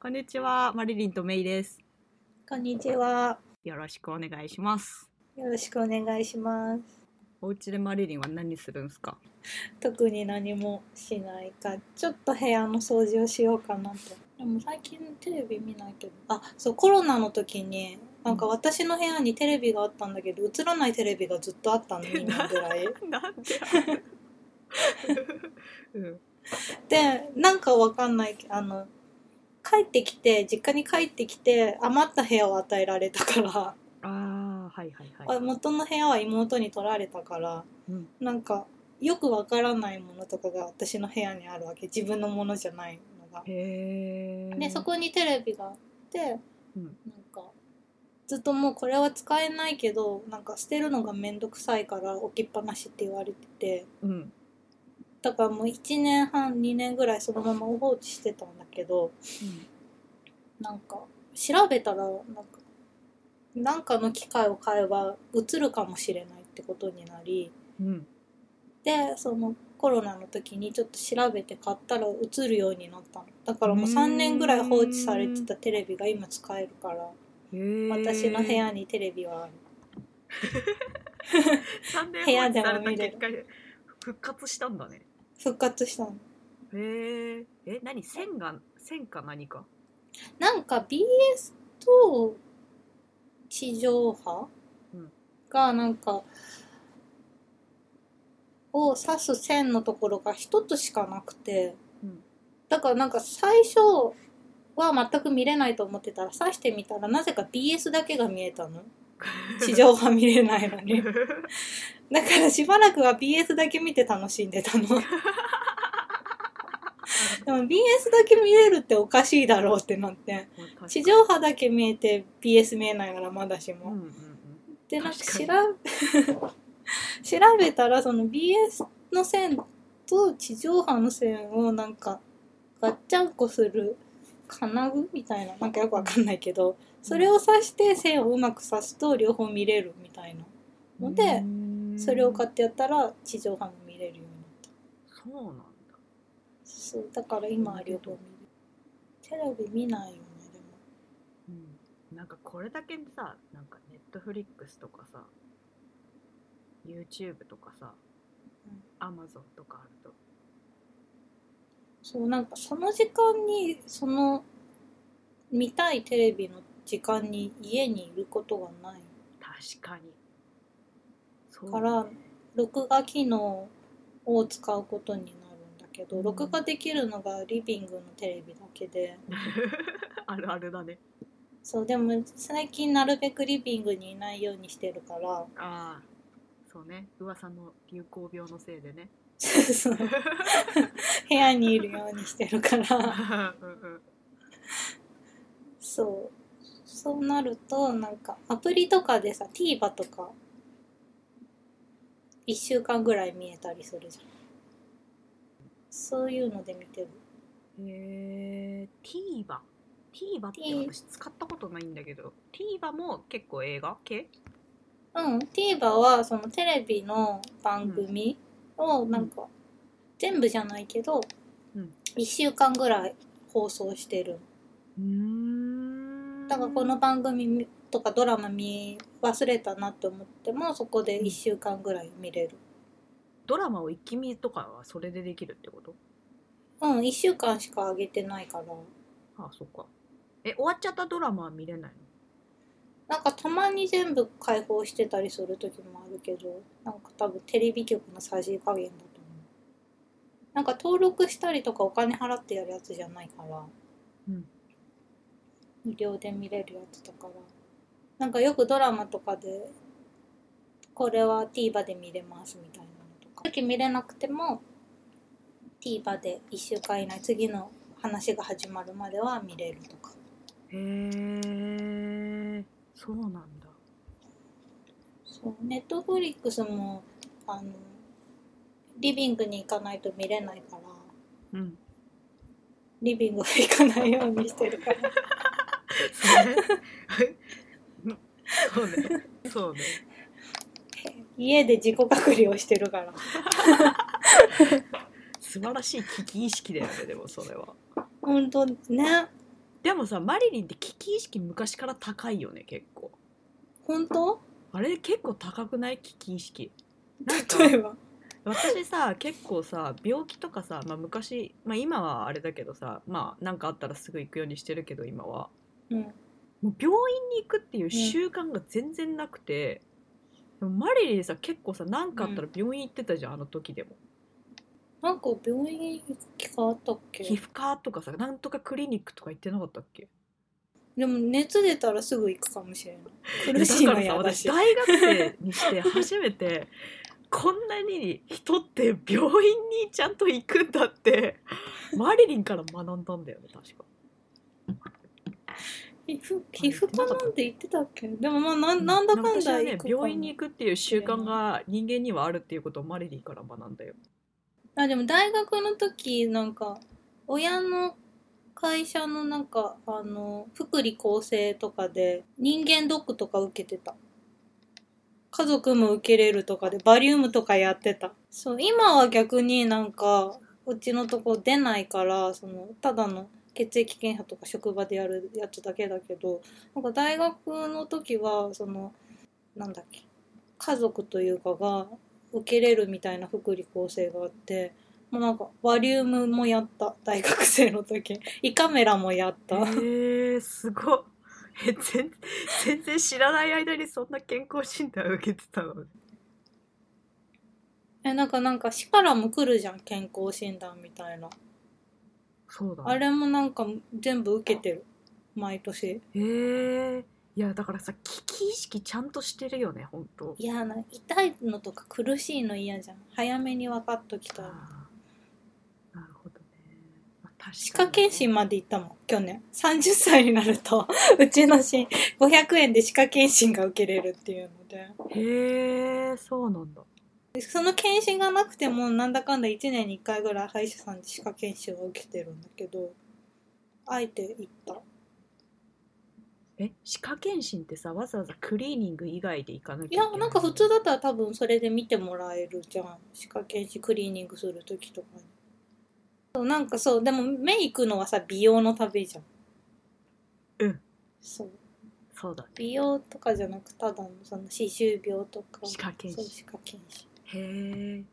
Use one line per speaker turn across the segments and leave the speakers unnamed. こんにちは、マリリンとメイです。
こんにちは。
よろしくお願いします。
よろしくお願いします。
お家でマリリンは何するんですか
特に何もしないか、ちょっと部屋の掃除をしようかなと。でも最近テレビ見ないけど。あ、そう、コロナの時に、なんか私の部屋にテレビがあったんだけど、映らないテレビがずっとあったの、今ぐらい。
なんで うん、
で、なんかわかんないけど、あの、帰ってきて、実家に帰ってきて、余った部屋を与えられたから、
ああ、はいはいはい。
あ元の部屋は妹に取られたから、
うん
なんかよくわからないものとかが私の部屋にあるわけ自分のものじゃないのが。
へえ。
でそこにテレビがあって、
うん
なんかずっともうこれは使えないけどなんか捨てるのがめんどくさいから置きっぱなしって言われてて
うん。
だからもう1年半2年ぐらいそのまま放置してたんだけどなんか調べたらなんかなんかの機械を買えば映るかもしれないってことになり。
うん。うん。
でそのコロナの時にちょっと調べて買ったら映るようになったのだからもう3年ぐらい放置されてたテレビが今使えるから
へえ。
私の部屋にテレビはある
三年
部屋
放置
でも
された
見れ
結果復活したんだね。
復活したの
へえ。え、何線が、線か何か
なんか BS と地上波、
うん
がなんかを指す線のところが一つしかなくて、
うん
だからなんか最初は全く見れないと思ってたら指してみたらなぜか BS だけが見えたの 地上波見れないのに
へ
だからしばらくは BS だけ見て楽しんで たのでも BS だけ見れるっておかしいだろうってなって地上波だけ見えて BS 見えないならまだし
うん
も。
うんうん。
でなんか
確かに
調べ 調べたらその BS の線と地上波の線をなんかガッチャンコする金具みたいななんかよくわかんないけどそれを刺して線をうまく刺すと両方見れるみたいなのでそれを買
っ
ってやったら地上波も見れるようになった
そうなんだ
そうだから今は両方見るテレビ見ないよねでも
うんなんかこれだけさなんかネットフリックスとかさ YouTube とかさ、
うん
アマゾンとかあると
そうなんかその時間にその見たいテレビの時間に家にいることがない
確かにそう
から録画機能を使うことになるんだけど
うん
録画できるのがリビングのテレビだけで
あるあるだね
そうでも最近なるべくリビングにいないようにしてるから
ああそうね噂の流行病のせいでね
そう部屋にいるようにしてるか
うん
ら
うん
そうそうなるとなんかアプリとかでさ TVer とか1週間ぐらい見えたりするじゃんそういうので見てる
へえ TVerTVer って私使ったことないんだけど TVer も結構映画系
うん TVer はそのテレビの番組をなんか、全部じゃないけど、
うん
1週間ぐらい放送してる
うーん
だからこの番組とかドラマ見忘れたなって思ってもそこで1週間ぐらい見れる
ドラマを一気見とかはそれでできるってこと
うん1週間しか上げてないから
ああそっかえ終わっちゃったドラマは見れない
なんかたまに全部開放してたりする時もあるけどなんか多分テレビ局のさじ加減だと思うなんか登録したりとかお金払ってやるやつじゃないから、
うん
無料で見れるやつだからなんかよくドラマとかでこれは TVer で見れますみたいなのとか時見れなくても TVer で1週間以内次の話が始まるまでは見れるとか
のへえそうなんだ
そうネットフリックスもあのリビングに行かないと見れないから
うん
リビングは行かないようにしてるから
そうねうん そうねそうね
家で自己隔離をしてるから
素晴らしい危機意識だよねでもそれは
本当ね
でもさマリリンって危機意識昔から高いよね結構
本当
あれ結構高くない危機意識なんか
例えば
私さ結構さ病気とかさ、まあ、昔、まあ、今はあれだけどさまあなんかあったらすぐ行くようにしてるけど今は
うん
もう病院に行くっていう習慣が全然なくて、でもマリリンさ結構さ何かあったら病院行ってたじゃん、あの時でも
なんか病院行く機会あったっ
皮
け
膚科とかさなんとかクリニックとか行ってなかったっけ
でも熱出たらすぐ行くかもしれない苦しい
だか
の
らさ
やだ
私
し
大学生にして初めてこんなに人って病院にちゃんと行くんだってマリリンから学んだんだよね確か。
皮膚皮膚科なんて言ってたっけでもまあなんなんだかん
私は
だ行
ね
くかも
病院に行くっていう習慣が人間にはあるっていうことをマリリンから学んだよ。
あでも大学の時なんか親の会社のなんかあの福利厚生とかで人間ドックとか受けてた家族も受けれるとかでバリウムとかやってたそう今は逆になんかうちのとこ出ないからそのただの血液検査とか職場でやるやつだけだけどなんか大学の時はそのなんだっけ家族というかが受けれるみたいな福利厚生があってもうなんかバリウムもやった大学生の時胃カメラもやった、
えー、すごっ え全全然知らない間にそんな健康診断受けてたのね
えなんかなんか市からも来るじゃん健康診断みたいな
そうだね
あれもなんか全部受けてる毎年
えー、いやだからさ危機意識ちゃんとしてるよね本当
いやなんか痛いのとか苦しいの嫌じゃん早めに分かっときたい
あーなるほどね、まあ確かにね
歯科検診まで行ったもん去年30歳になると うちの市500円で歯科検診が受けれるっていうので
へえそうなんだ
その検診がなくてもなんだかんだ1年に1回ぐらい歯医者さんで歯科検診を受けてるんだけどあえて行った
え歯科検診ってさわざわざクリーニング以外で行かなき
い
ゃいけ
や
ない
なんか普通だったら多分それで見てもらえるじゃん歯科検診クリーニングする時とかにそうなんかそうでも目行くのはさ美容のためじゃん
うん
そう
そうだね
美容とかじゃなくただのその歯周病とか
歯科検
そう
診
歯科検診
へえ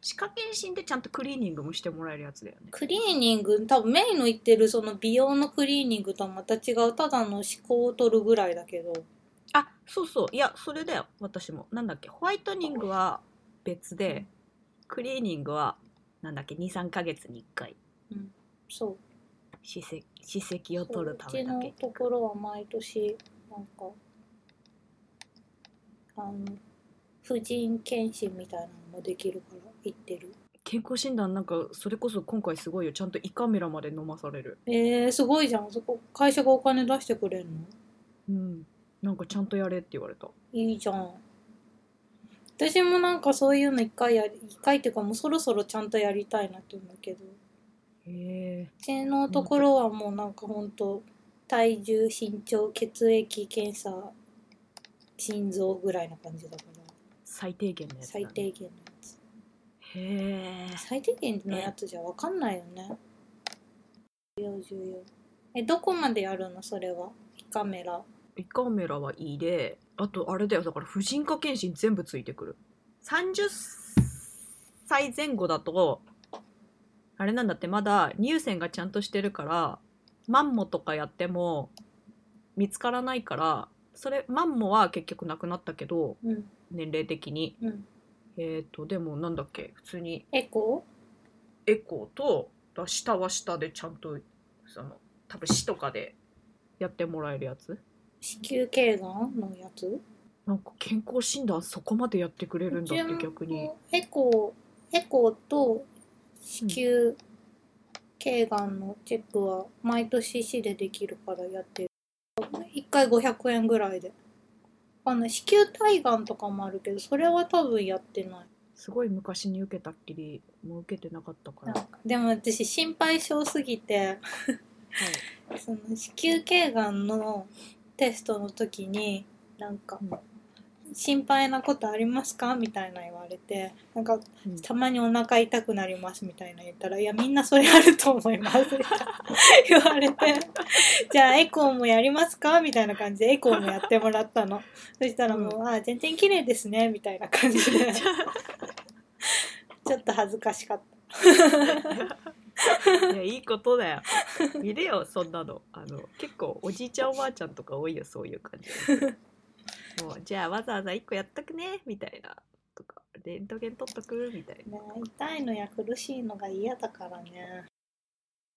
歯科検診でちゃんとクリーニングもしてもらえるやつだよね
クリーニング多分メインの言ってるその美容のクリーニングとはまた違うただの思考を取るぐらいだけど
あそうそういやそれだよ私もなんだっけホワイトニングは別でクリーニングはなんだっけ23ヶ月に1回
そう
歯石歯石を取るため
うち
だ
の
け
ところは毎年なんかあの婦人検診みたいなのもできるから行ってる
健康診断なんかそれこそ今回すごいよちゃんと胃カメラまで飲まされる
えー、すごいじゃんそこ会社がお金出してくれるの
うんなんかちゃんとやれって言われた
いいじゃん私もなんかそういうの一回やり一回っていうかもうそろそろちゃんとやりたいなって思うけどう
へえ
ちのところはもうなんかほんと体重身長血液検査心臓ぐらいな感じだから
最低限のやつだね
最低限のやつ
へえ
最低限のやつじゃわかんないよね重要重要えどこまでやるのそれは胃カメラ
胃カメラはいいであとあれだよだから婦人科検診全部ついてくる30歳前後だとあれなんだってまだ乳腺がちゃんとしてるからマンモとかやっても見つからないからそれマンモは結局なくなったけど
うん
年齢的に
うん
えっ、ー、とでもなんだっけ普通に
エコ
エコーとだ下は下でちゃんとその多分死とかでやってもらえるやつ
ー子宮頸がんのやつ
なんか健康診断そこまでやってくれるんだって逆に
エコーエコーと子宮頸がんのチェックは毎年市でできるからやってる1回500円ぐらいであの子宮体がんとかもあるけどそれは多分やってない
すごい昔に受けたっきりもう受けてなかったか
なん
ら、
かでも私心配性すぎてその子宮頸がんのテストの時になんか
うん
心配なことありますかみたいな言われてなんか
うん
たまにお腹痛くなりますみたいな言ったら「いやみんなそれあると思い ます」みたいな言われて「じゃあエコーもやりますか?」みたいな感じでエコーもやってもらったのそしたらもう「あ全然綺麗ですね」みたいな感 じでちょっと恥ずかしかった。
いやいいことだよ見れよそんなのあの結構おじいちゃんおばあちゃんとか多いよそういう感 じもうじゃあわざわざ1個やっとくねみたいなとかレントゲン取っとくみたいな
ね、痛いのや苦しいのが嫌だからね